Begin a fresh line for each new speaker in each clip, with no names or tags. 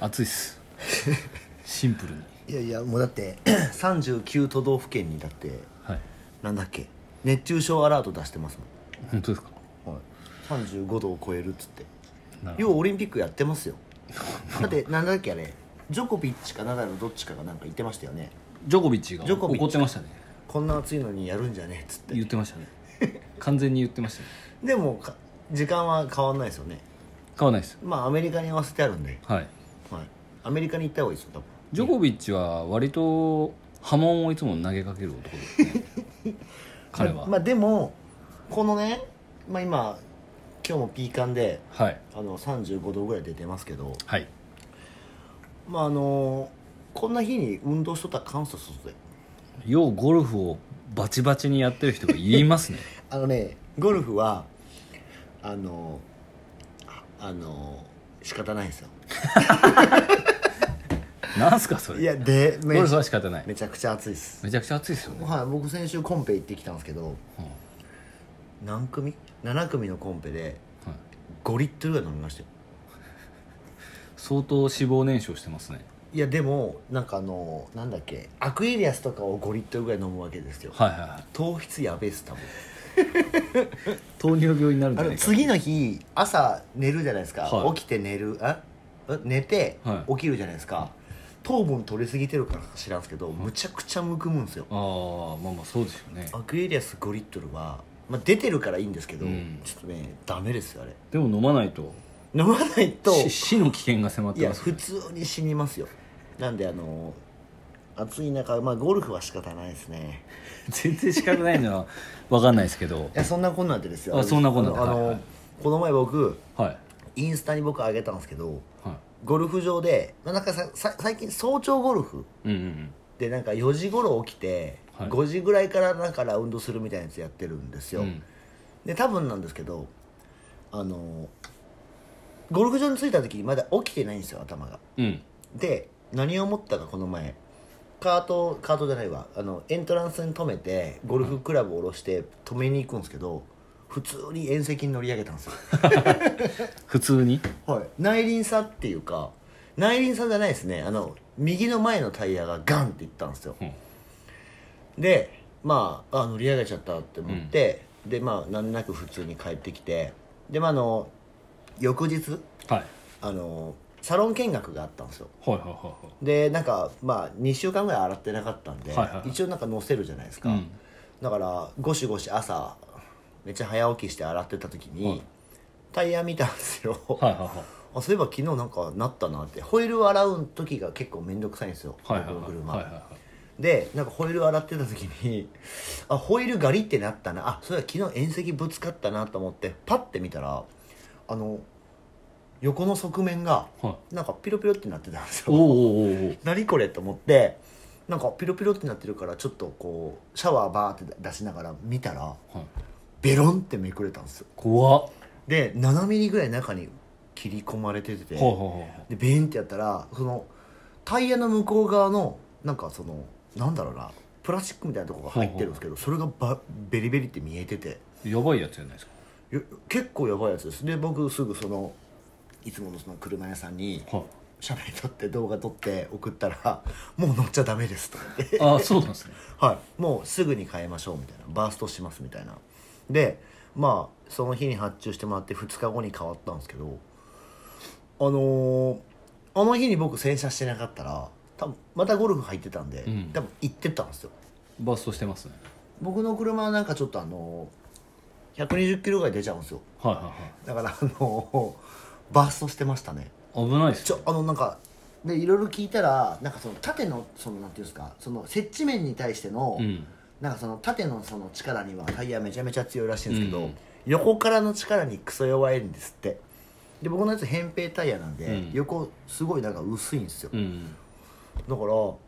暑いっ すシンプルに
いやいやもうだって 39都道府県にだって
はい
なんだっけ熱中症アラート出してます
本当ですか
もん、はい、35度を超えるっつって
なる
要はオリンピックやってますよだってなんだっけあれジョコビッチかナダルどっちかがなんか言ってましたよね
ジョコビッチが
ジョコビッチ
怒ってましたね
こんな暑いのにやるんじゃねえっつって
言ってましたね 完全に言ってましたね
でもか時間は変わんないですよね
買わないです
まあアメリカに合わせてあるんで、
はい
はい、アメリカに行った方がいいですよ多分
ジョコビッチは割と波紋をいつも投げかける男です ね彼は、
ままあでもこのね、まあ、今今日もピーカンで
はい
あの35度ぐらい出てますけど
はい
まああのこんな日に運動しとったら感謝するぜ
ようゴルフをバチバチにやってる人が言います ね
あのねゴルフはあのああの仕方ないですよ
なんすかそれ
いやで
ゴ
め
ルフは仕方ない
めちゃくちゃ暑いです
めちゃくちゃ暑いですよね、
はい僕先週コンペ行ってきたんですけど
うんは
何組 ?7 組のコンペで
い、
5リットルぐらい飲みましたよ
相当脂肪燃焼してますね
いやでもなんかあのなんだっけアクエリアスとかを5リットルぐらい飲むわけですよ
はいはいはい
糖質やべえっす多分
糖尿病になるんじゃ
あの
ないか
次の日朝寝るじゃないですか、
はい
起きて寝るあえ寝て
はい
起きるじゃないですか、糖分取りすぎてるからか知らんすけどむちゃくちゃむくむんですよ
ああまあまあそうですよね
アクエリアス5リットルは、まあ、出てるからいいんですけど、
うん
ちょっとねダメですよあれ
でも飲まないと
飲まない と
し死の危険が迫っ
い
て
や
ます
普
よね
通に死にますよなんであの暑い中まあゴルフは仕方ないですね
全然資格ないのは分かんないですけど
いやそんなこんなんでですよ
あそんなこんなんで
あのあの
はいはい
この前僕
はい
インスタに僕上げたんですけど
は
ゴルフ場で、まあ、なんかささ最近早朝ゴルフ
いうんうんうん
でなんか4時頃起きて、
はい
5時ぐらいからなんかラウンドするみたいなやつやってるんですよ、
うん
で多分なんですけどあのゴルフ場に着いた時にまだ起きてないんですよ頭が
うん
で何を思ったかこの前カートカートじゃないわあのエントランスに止めてゴルフクラブを下ろして止めに行くんですけど普通に縁石に乗り上げたんですよ
普通に
はい内輪差っていうか内輪差じゃないですねあの右の前のタイヤがガンっていったんですよ
うん
でまああ乗り上げちゃったって思って、でまあなんなく普通に帰ってきてでまああの翌日
はい
あのサロン見学があったんですよ
はいはいは
でなんかまあ2週間ぐらい洗ってなかったんで、
はいはいはい
一応なんか載せるじゃないですか、
うん
だからゴシゴシ朝めっちゃ早起きして洗ってた時に、タイヤ見たんですよ、
いはいはいはいはい
あそういえば昨日なんかなったなってホイールを洗う時が結構面倒くさいんですよ、
はいはい
僕の車、
はいはいは
でなんかホイール洗ってた時に あホイールガリってなったなあそれは昨日縁石ぶつかったなと思ってパッて見たらあの横の側面が
いはい
なんかピロピロってなってたんです
おー
よ
おーおーおー
何これと思ってなんかピロピロってなってるからちょっとこうシャワーバーって出しながら見たら
はい
ベロンってめくれたんですよ
怖っは
で7ミリぐらい中に切り込まれてて、
いはいはいはい
でベーンってやったらそのタイヤの向こう側のなんかそのなんだろうなプラスチックみたいなとこが入ってるんですけどそれがばベリベリって見えてて
やばいやつじゃないですか
よ結構やばいやつですで僕すぐそのいつものその車屋さんに
はい
写メ撮って動画撮って送ったら「もう乗っちゃダメです」とか言って
ああそうなんですね
はい、もうすぐに変えましょうみたいなバーストしますみたいなでまあその日に発注してもらって2日後に変わったんですけどあのーあの日に僕洗車してなかったら多分またゴルフ入ってたんで、
うん
多分行ってたんですよ
バストしてますね
僕の車はなんかちょっとあのー、120キロぐらい出ちゃうんですよ
はいはい
だからあのー、バーストしてましたね
はい危ないです
ちょあのなんかでいろいろ聞いたらなんかその縦のそのなんていうんですかその接地面に対しての、
うん
なんかその縦のその力にはタイヤめちゃめちゃ強いらしいんですけど、
うん
横からの力にクソ弱いんですってで僕のやつ扁平タイヤなんで、
うん
横すごいなんか薄いんですよ、
う
だ
ん
からあの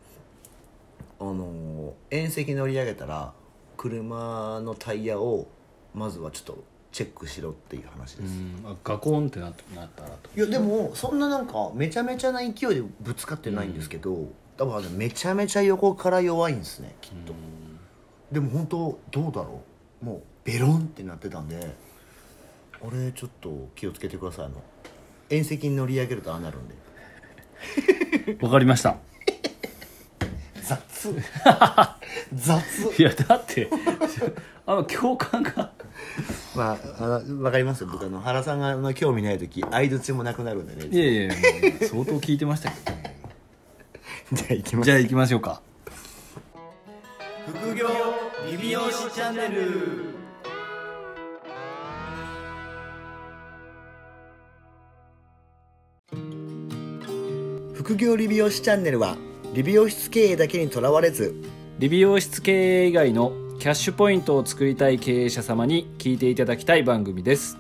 ー縁石乗り上げたら車のタイヤをまずはちょっとチェックしろっていう話
う
です、
んあガコンってなったなったらと
いやでもそんななんかめちゃめちゃな勢いでぶつかってないんですけど、多分あのめちゃめちゃ横から弱いんですねきっと、でも本当どうだろうもうベロンってなってたんであれちょっと気をつけてくださいあの縁石に乗り上げるとああなるんで
わかりました
雑雑
いやだってあの共感が
まああのわかりますよ僕あの原さんがあの興味ない時相槌もなくなるんでね
いやいやいやもう相当聞いてましたけどね
じゃあ行きま
じ
す
ゃあ行きましょうか
副業リビオシチャンネル副業理美容師チャンネルは理美容室経営だけにとらわれず
理美容室経営以外のキャッシュポイントを作りたい経営者様に聞いていただきたい番組です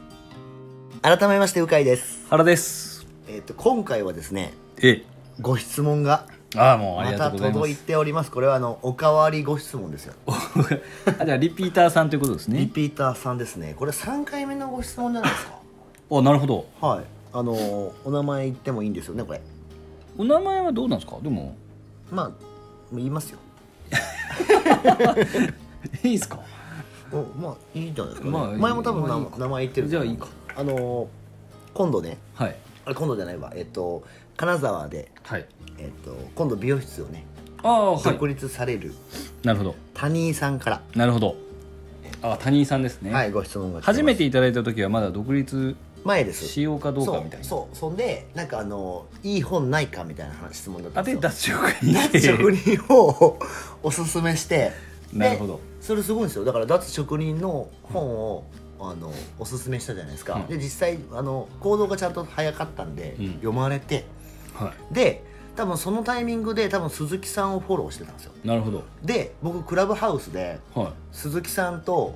改めまして鵜飼です、
原です
えっと今回はですね
え
ご質問が
ああもうあり
ま
がと
た
うございま
届い
す
ておりますこれはあのおかわりご質問ですよ
あじゃあリピーターさんということです
リ
ね
ピーターさんですねこれ3回目のご質問じゃないですか
あなるほど
はいあのお名前言ってもいいんですよねこれ
お名前はどうなんですかでも
まあ言いますよ
いいですか
おまあいいんじゃないですか、ね
まあ
前も多分
まあ
名
いい
前
か
名前言ってる
じゃあいいか
あのー今度ね
はい
あ今度じゃないわえっと金沢で、
はい
えっと、今度美容室をね
ああはい
独立される
なるほど
谷井さんから、
なるほどあ谷井さんですね、
はいご質問が来ます
初めていただいた時はまだ独立
前です
しようかどうかみたいな
そうそうそんでなんかあのいい本ないかみたいな話質問だった
あ
んです
で
よ
脱力に
脱職人をおすすめして で
なるほど
それすごいんですよだから脱職人の本を、あのおすすめしたじゃないですか、
うん
で実際あの行動がちゃんと早かったんで、
うん
読まれて
は
で多分そのタイミングで多分鈴木さんをフォローしてたんですよ
いなるほど
で僕クラブハウスで
は
鈴木さんと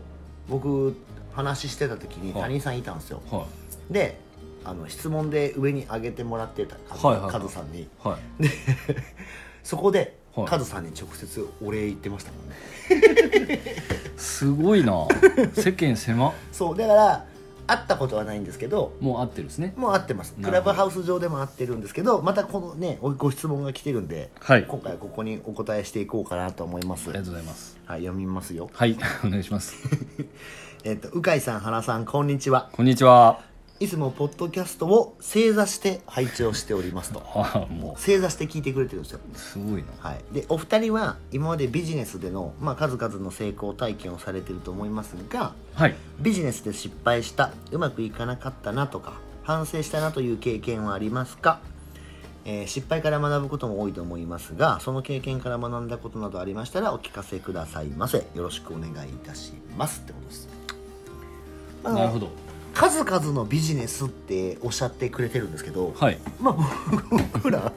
僕話してた時に
はい
谷井さんいたんですよ、
いは
であの質問で上に上げてもらってたカズ,、
はいはいはい
さんに
いはい
そこで、
はい
カズさんに直接お礼言ってましたもんね
すごいな 世間狭
そうだから会ったことはないんですけど
もう合ってるですね
もう会ってます
な
ク
る
ラ
ほど
ブハウス上でも会ってるんですけどまたこのねおご質問が来てるんで、
はい
今回はここにお答えしていこうかなと思います
あり
は
が
い
とうございます
読みますよ
はい お願いします
えっ、と鵜飼さん原さんこんにちは
こんにちはい
つもポッドキャストを正座して拝聴しておりますと
ああも
正座して聞いてくれてるんですよ
うすごいな
はい、でお二人は今までビジネスでの、まあ、数々の成功体験をされてると思いますが
はい
ビジネスで失敗したうまくいかなかったなとか反省したなという経験はありますか、えー失敗から学ぶことも多いと思いますがその経験から学んだことなどありましたらお聞かせくださいませよろしくお願いいたしますってことです
なるほど
数々のビジネスっておっしゃってくれてるんですけど、
はい
まあ僕ら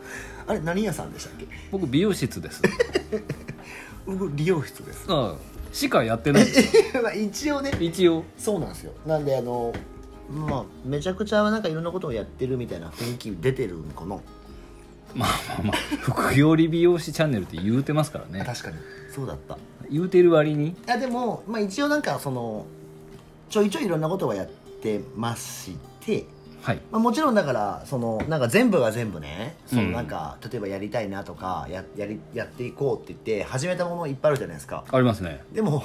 あれ何屋さんでしたっけ
僕美容室 です
僕理容室です
ああしかやってないです
まあ一応ね
一応
そうなんですよなんであのまあめちゃくちゃなんかいろんなことをやってるみたいな雰囲気出てるのかな、
まあまあまあ副業理美容師チャンネルって言うてますからね
確かにそうだった
言うてる割に
いやでも、まあ、一応なんかそのちょいちょいいろんなことはやってまして、
はい
まあ、もちろんだからそのなんか全部が全部ねその
うん
なんか、例えばやりたいなとかややりやっていこうって言って始めたものいっぱいあるじゃないですか
ありますね
でも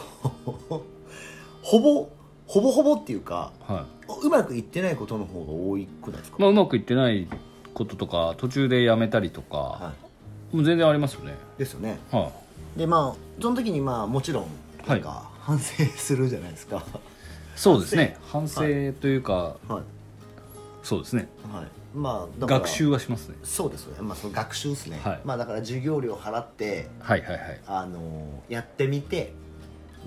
ほぼほぼほぼっていうか
は
うまくいってないことの方が多いくないですか
い、まあ、うまくいってないこととか途中でやめたりとか、
は
もう全然ありますよね
い、ですよね
は
でまあその時にまあもちろんなんか反省するじゃないですか はい
そうですね反省というか、
いはい
そうですね
まあだから
学習はしますね
そうですよねまあその学習ですね、
はい
まあだから授業料払って
はいはいはい
あのーやってみて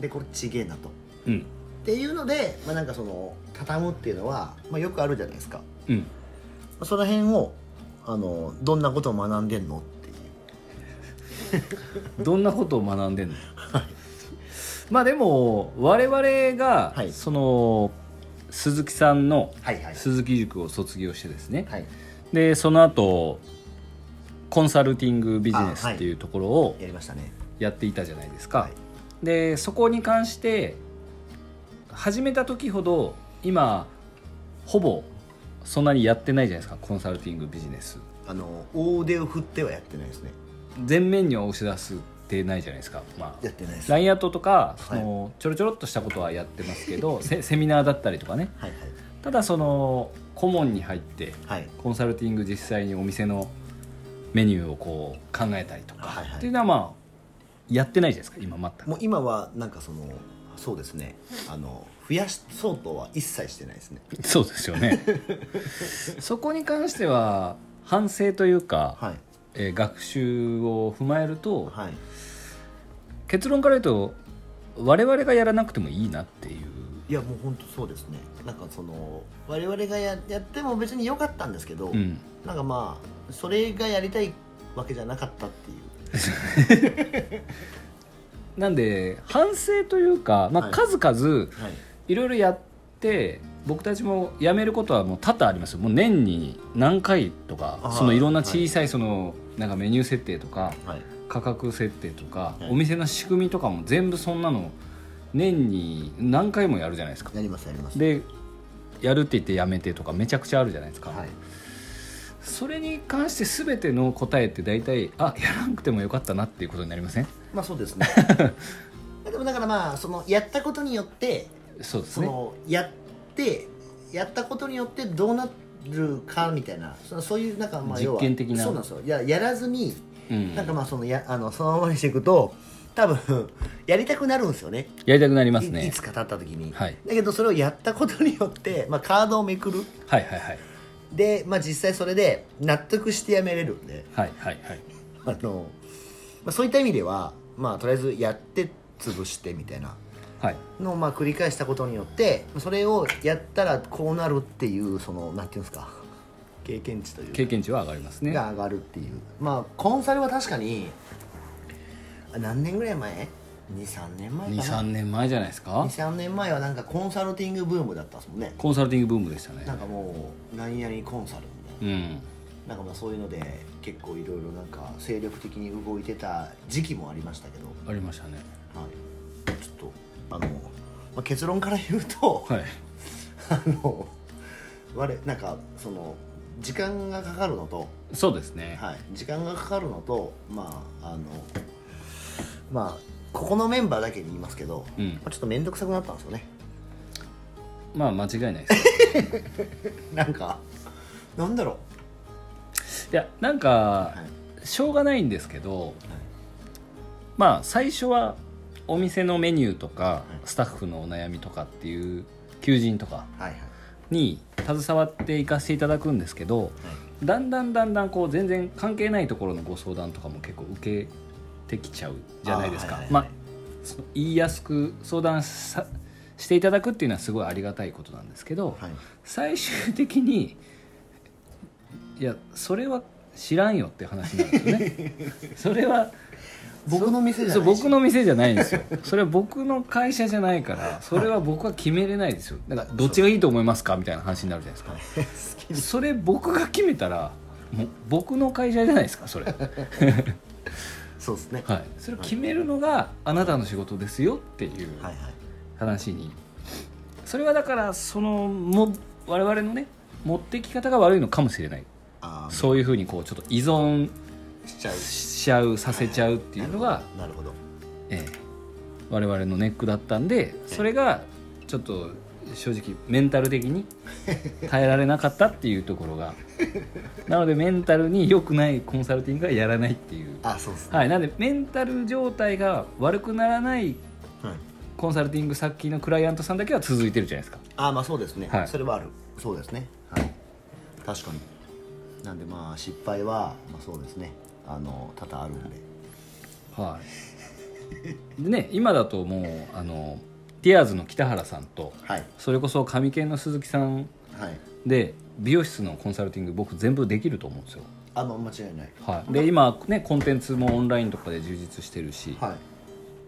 でこれちげえなとっ
うん
ていうのでまあなんかその畳むっていうのは、まあ、よくあるじゃないですかま
うん
あその辺をあのーどんなことを学んでんのっていう
どんなことを学んでんの、まあでも我々が、
はい
その鈴木さんの
はいはい
鈴木塾を卒業してですね、
はい
でその後コンサルティングビジネス
あはい
っていうところを
やりましたね
やっていたじゃないですか、
はい
でそこに関して始めた時ほど今ほぼそんなにやってないじゃないですかコンサルティングビジネス
あのー大腕を振ってはやってないですね
全面には押し出すってないじゃないですか、まあ
や、ってないですは
ラ
い
インアウトとかその、ちょろちょろっとしたことはやってますけどセセミナーだったりとかね
はい
ただその顧問に入って
はい
コンサルティング実際にお店のメニューをこう考えたりとか、
はいはい
っていうのはまあやってないじゃないですか今全く
もう今はなんかそのそうですねあの増やしそうとは一切してないですね
そうですよねそこに関しては反省というか、
はい
えー学習を踏まえると、
はい
結論から言うと我々がやらなくてもいいなっていう
いやもう本当そうですねなんかその我々がややっても別に良かったんですけど、
うん
なんかまあそれがやりたいわけじゃなかったっていう
なんで反省というか、ま
は
あ、
い
数々
はい
いろいろやって僕たちもやめることはもう多々ありますよもう年に何回と
あ
か
ー
そのいろんな小さいそのなんかメニュー設定とか
はい
価格設定とか
はい
お店の仕組みとかも全部そんなの年に何回もやるじゃないですか
やりますやります
でやるって言ってやめてとかめちゃくちゃあるじゃないですか、
はい
それに関して全ての答えって大体あやらなくてもよかったなっていうことになりません
まあそうですね でもだからまあそのやったことによって
そうです
そ
ね
のやってやったことによってどうなるかみたいなそのそういうなんかまあ要は
実験的な
そうなんですよいややらずに
うん
なんかまあそのやあのそのままにしていくと多分 やりたくなるんですよね
やりたくなります
いい
ね
つか経った時に、
はい
だけどそれをやったことによって、まあ、カードをめくる
はいはいはい
で、まあ、実際それで納得してやめれるんで
はいはいはい
あの、まあ、そういった意味では、まあ、とりあえずやって潰してみたいな
はい
のをまあ繰り返したことによってそれをやったらこうなるっていうそのなんていうんですか経験値というか
経験値は上がりますね
が上がるっていうまあコンサルは確かにあ何年ぐらい前23年前か
23
な
年前じゃないですか
23年前はなんかコンサルティングブームだったんですもんね
コンサルティングブームでした
な
ね
んかもう何々コンサルみたい
うん
ななんかまあそういうので結構いろいろなんか精力的に動いてた時期もありましたけど、
ありましたね
はい、ちょっとあの、まあ、結論から言うと、
はい
あの我なんかその時間がかかるのと、
そうですね
はい、時間がかかるのとまああのまあここのメンバーだけに言いますけど、
うん
まあちょっと面倒くさくなったんです よね
まあ間違いないです
なんかなんだろ
いやなん
う、
か
はい
しょうがないんですけどまあ最初はお店のメニューとか
い
スタッフのお悩みとかっていう求人とか
はいはい
に携わっていかせていただくんですけどだんだんだんだんこう全然関係ないところのご相談とかも結構受けてきちゃうじゃないですか
あーは
ま
は
あその言いやすく相談さしていただくっていうのはすごいありがたいことなんですけど、
はいはい
最終的にいやそれは知らんよって話なんですよ ねそれは
僕の店じゃ
そう
ないし
僕の店じゃないんですよそれは僕の会社じゃないからそれは僕は決めれないですよなんかどっちがいいと思いますかみたいな話になるじゃないですか
はい 好き
それ僕が決めたらもう僕の会社じゃないですかそれ、は
そうですね
い、それを決めるのがあなたの仕事ですよっていう
はいはい
話にそれはだからそのも我々のね持ってき方が悪いのかもしれない
あー
そういうふうにこうちょっと依存
しちゃう
しちゃうさせちゃうっていうのが、
なるほどなる
ええ我々のネックだったんでそれがちょっと正直メンタル的 に耐えられなかったっていうところがなのでメンタルに良くないコンサルティングはやらないっていう
ほどあそうですね
はいなんでメンタル状態が悪くならない
はい
コンサルティング先のクライアントさんだけは続いてるじゃないですか
あまあそうですね、
はい
それはあるそうですねはい確かになんでまあ失敗は、まあ、そうですねあの多々あるんで
はい。でね、今だともう、あの、ティアーズの北原さんと、
はい
それこそ神犬の鈴木さん
はい
で、美容室のコンサルティング、僕全部できると思うんですよ。
あまあ間違いない
はい。で、今、ね、コンテンツもオンラインとかで充実してるし。
はい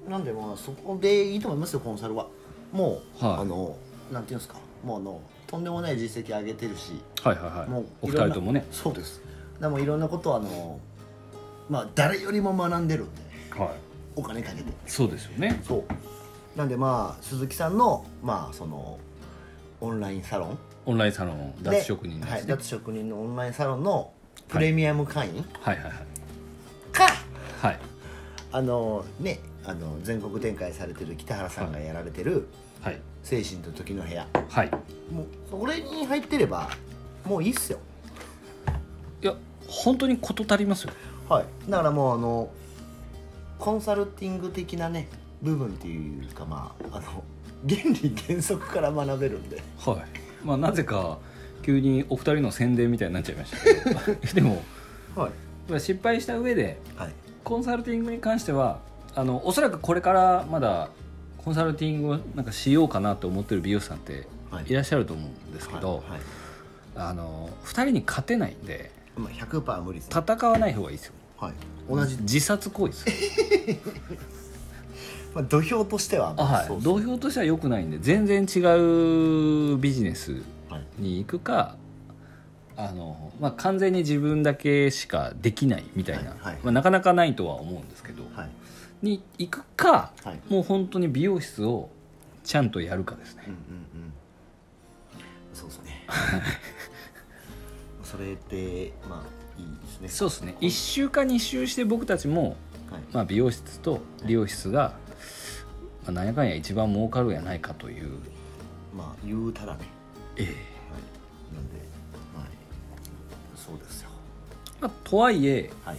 なんでまあそこでいいと思いますよコンサルはもう、
はい
あのなんていうんですかもうあのとんでもない実績上げてるし
はい、はい、はい
もう
お二
いろん
人
な
ともね。
そうですでもいろんなことをあのまあ誰よりも学んでるんで
は
お金かけて
い。そうですよね。
そうなんでまあ鈴木さんのまあそのオンラインサロン
オンラインサロン、
で
脱職人の
は
や
い、
つね
脱職人のオンラインサロンのプレミアム会員
はい、はい、はい。
か、
はい。
あのねあの全国展開されてる北原さんがやられてる
はい。
「精神と時の部屋
はい。」
もうそれに入ってればもういいっすよ
いや、本当に事足りますよ
はい、だからもうあのコンサルティング的なね部分っていうかまああの原理原則から学べるんで
はいまあなぜか急にお二人の宣伝みたいになっちゃいましたけ どでも
はい、
まあ失敗した上で
はい、
コンサルティングに関してはあのおそらくこれからまだコンサルティングをなんかしようかなと思ってる美容師さんって
はい
いらっしゃると思うんですけど、
はいはい
あの2人に勝てないんで
まあ、100%は無理ですね、
戦わない方がいいですよ
はい、同じ、
自殺行為です よ
まあ、土俵としては
あ、はい
そう
土俵としては良くないんで全然違うビジネス
はい
に行くかあの、まあ、完全に自分だけしかできないみたいな、
はいはい
まあ、なかなかないとは思うんですけど、
はい
に行くか
はい
もう本当に美容室をちゃんとやるかですね
うんうんうんそうです ねそれってまあいいですね
そうですね1週か2週して僕たちも、
はい
まあ、美容室と理容室が、まあ、なんやかんや一番儲かるやないかという、
まあ言うたらね
ええ
はいなんではいそうですよ
まあ、とはいえ
はい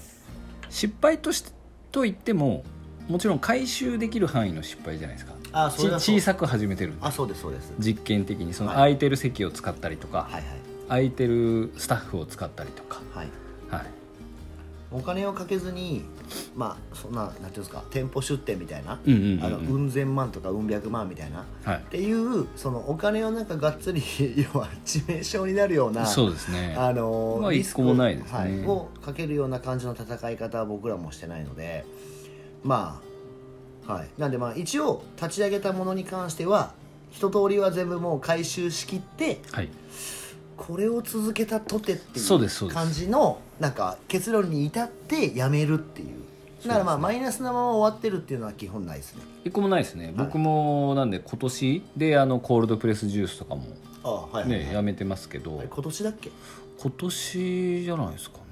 失敗としと言ってももちろん回収できる範囲の失敗じゃないですか
あそ
ち
れはそう
小さく始めてるんで
あそうですそうです
実験的にその
はい
空いてる席を使ったりとか、
はいはい
空いてるスタッフを使ったりとか、
はい
はい、
お金をかけずにまあそんななんていうんですか店舗出店みたいな、
うんうんうんうん
あのうん千万とかうん百万みたいなっ
はい、
ていうそのお金をなんかがっつり要は致命傷になるような
そうですね
あのー
まあ
リスクを
一個もないですね
はい、をかけるような感じの戦い方は僕らもしてないのでまあはいなんでまあ一応立ち上げたものに関しては一通りは全部もう回収しきって
はい
これを続けたとてってい
そうですそう
う
です
感じのなんか結論に至ってやめるっていうだからまあ
そうですね
マイナスなまま終わってるっていうのは基本ないですね
一個もないですね僕もなんで今年であのコールドプレスジュースとかも
ああはい
ねやめてますけど
あれ今年だっけ
今年じゃないですかね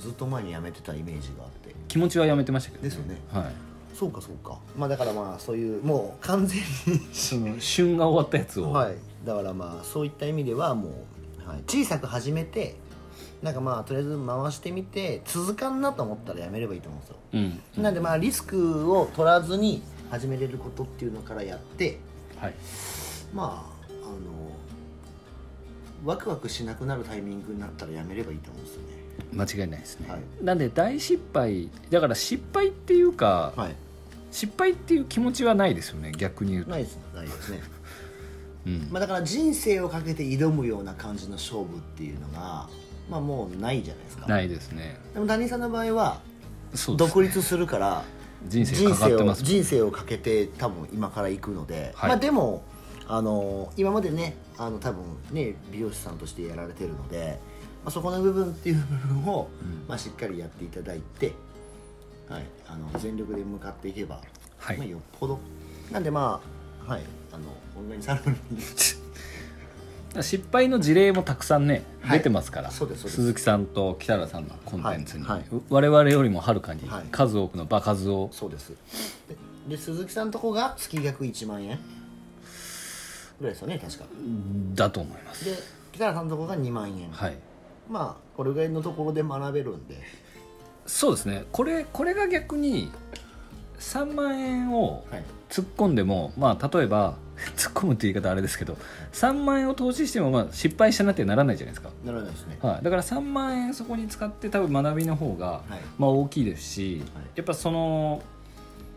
ずっと前にやめてたイメージがあって
気持ちはやめてましたけど
ですよね
はい
そうかそうかまあだからまあそういうもう完全に
その旬が終わったやつを、
はい、だからまあそういった意味ではもう、はい、小さく始めてなんかまあとりあえず回してみて続かんなと思ったらやめればいいと思うんですよ、
うん
なんでまあリスクを取らずに始めれることっていうのからやって
はい
まああのワクワクしなくなるタイミングになったらやめればいいと思うんですよね
間違いないですね、
はい
なんで大失敗だから失敗っていうか、
はい
失敗っていう気持ちはないですよね逆に言うと、
ないですないですね
うん
まあだから人生をかけて挑むような感じの勝負っていうのがまあもうないじゃないですか
ないですね
でも谷さんの場合は
そうですね
独立するから
人生
人
かかっ
生
て
を
ますもん
人生をかけて多分今から行くので、
はい
まあでもあの今までねあの多分ね美容師さんとしてやられてるので、まあ、そこの部分っていう部分を、
うん
まあ、しっかりやっていただいて、はい、あの全力で向かっていけば、
はい
まあ、よっぽどなんでまあはいあのオンラインサロンに
失敗の事例もたくさんね、
はい
出てますから
そうですそうです
鈴木さんと北原さんのコンテンツに、
はいはいう
我々よりもはるかに
はい
数多くの場数を、
そうですでで鈴木さんとこが月額1万円ぐらいですよね確か
だと思います
で北原さんとこが2万円、
はい
まあこれぐらいのところで学べるんで
そうですねこれこれが逆に3万円を
はい
突っ込んでも、まあ例えば 突っ込むっていう言い方あれですけど3万円を投資してもまあ失敗したなってならないじゃないですか、
ならないですね
はい、だから3万円そこに使って多分学びの方が、
はい
まあ、大きいですし、
はい
やっぱその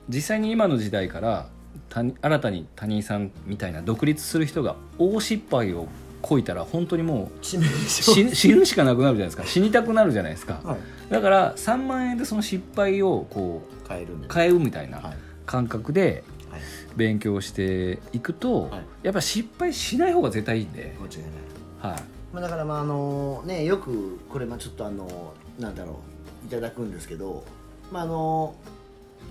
実際に今の時代から他人新たに他人さんみたいな独立する人が大失敗をこいたら本当にも う
致命
死
傷
ぬ死ぬしかなくなるじゃないですか死にたくなるじゃないですか
はい
だから3万円でその失敗をこう
変えるんで
変えうみたい
は
ない感覚で
はい
勉強していくと、
はい
やっぱ失敗しない方が絶対いいんで、
間違いない
はい、
まあだからまああのねよくこれまあちょっとあのなんだろういただくんですけどまああの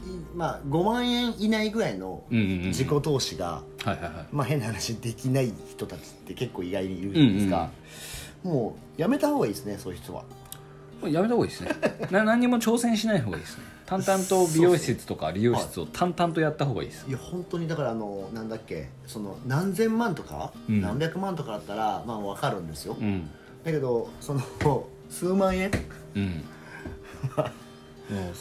いまあ5万円以内ぐらいの
うんうんうん
自己投資が、
はいはいはい
まあ変な話できない人たちって結構意外にいるじゃないですか、もうやめた方がいいですねそういう人は
もうやめた方がいい ですねな何にも挑戦しない方がいいですね淡々と美容室とか理容室を淡々とやった方がいいです
いや本当にだからあのなんだっけその何千万とか、
うん
何百万とかだったらまあわかるんですよ、
うん
だけどその数万円
うん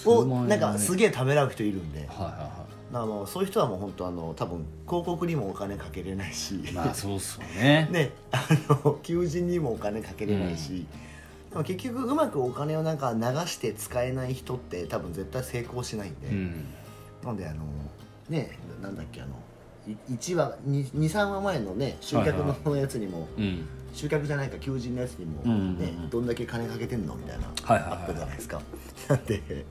をなんかす
げ
げえためらう人いるん
は
で
いは
だからもうそういう人はもう本当あの多分広告にもお金かけれないし、
いはいまあそうっすよね
ねあの求人にもお金かけれないし、でも結局うまくお金をなんか流して使えない人って多分絶対成功しないんで、
うん
なんであのねなんだっけあの1話23話前のね集客
はい
のやつにも、
うん
集客じゃないか求人のやつにも、
うんうんうん
ねどんだけ金かけてんのみたいな、
はいはいはい
あったじゃないですか なんで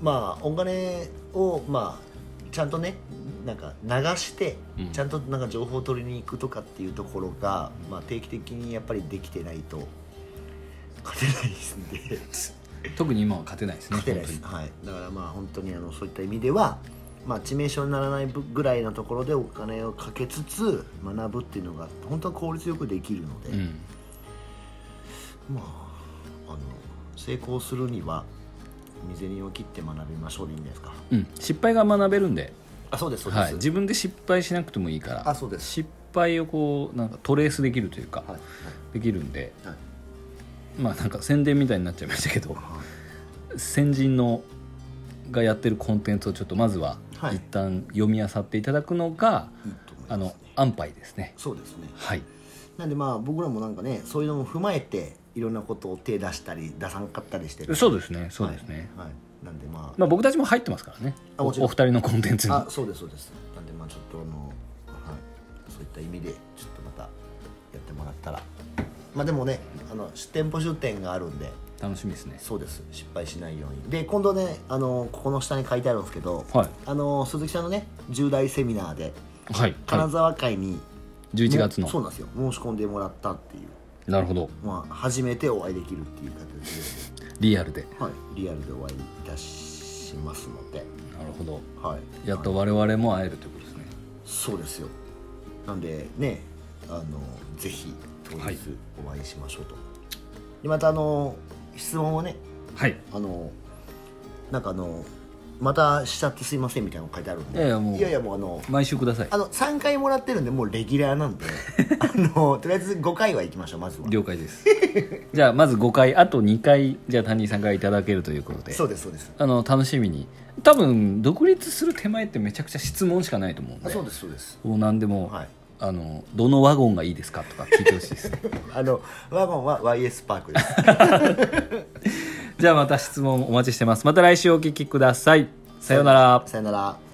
まあお金をまあちゃんとねなんか流して、
うん
ちゃんとなんか情報を取りに行くとかっていうところが、まあ、定期的にやっぱりできてないと勝てないですんで
特に今は勝てないですね
勝てないです、
本
はい、だからまあ本当にあのそういった意味では、まあ、致命傷にならないぐらいのところでお金をかけつつ学ぶっていうのが本当は効率よくできるので。
当にうん
まああの成功するには身銭を切って学びましょうでいいんですか
うん、失敗が学べるんで
あそうですそうです、
はい、自分で失敗しなくてもいいから
あそうです
失敗をこうなんかトレースできるというか、
はい
できるんで
はいはい
まあなんか宣伝みたいになっちゃいましたけど先人のがやってるコンテンツをちょっとまずは
はい
一旦読み漁っていただくのが、
いいと思います
あの安牌ですね
そうですね
はい
なんでまあ僕らもなんかねそういうのも踏まえていろんなことを手出したり出さんかったりしてる
そうですねそうですね、
はい、はいなんでまあ、
まあ僕たちも入ってますからね
あ
おお
もちろん
二人のコンテンツに
あそうですそうですなんでまあちょっとあの、はい、そういった意味でちょっとまたやってもらったらまあでもねあの出店舗出店があるんで
楽しみですね
そうです失敗しないようにで今度ねあのここの下に書いてあるんですけど、
はい
あの鈴木さんのね重大セミナーで
はい、は
金沢会に、
い、11月の
そうなんですよ申し込んでもらったっていう、
なるほど
まあ、初めてお会いできるっていう形
リアルで
で、はい、リアルでお会いいたしますので、
なるほど
はい、
やっと我々も会えるということですね
そうですよなんでねあのぜひ当
はい
日お会いしましょうと、でまたあの質問をね
はい
あのなんかあのまたしちゃってすいませんみたいなの書いてあるんで
いやいやもう
いやいやもうあの
毎週ください
あの3回もらってるんでもうレギュラーなんで あのとりあえず5回は行きましょうまずは
了解ですじゃあまず5回あと2回じゃあ谷井さんからいただけるということで
そうですそうです
あの楽しみに多分独立する手前ってめちゃくちゃ質問しかないと思うん
あ
で
そうですそうです
もう何でも、
はい
あのどのワゴンがいいですかとか聞いてほしいですね
あのワゴンは YS パークです
じゃあまた質問お待ちしてますまた来週お聞きくださいさようなら
さよなら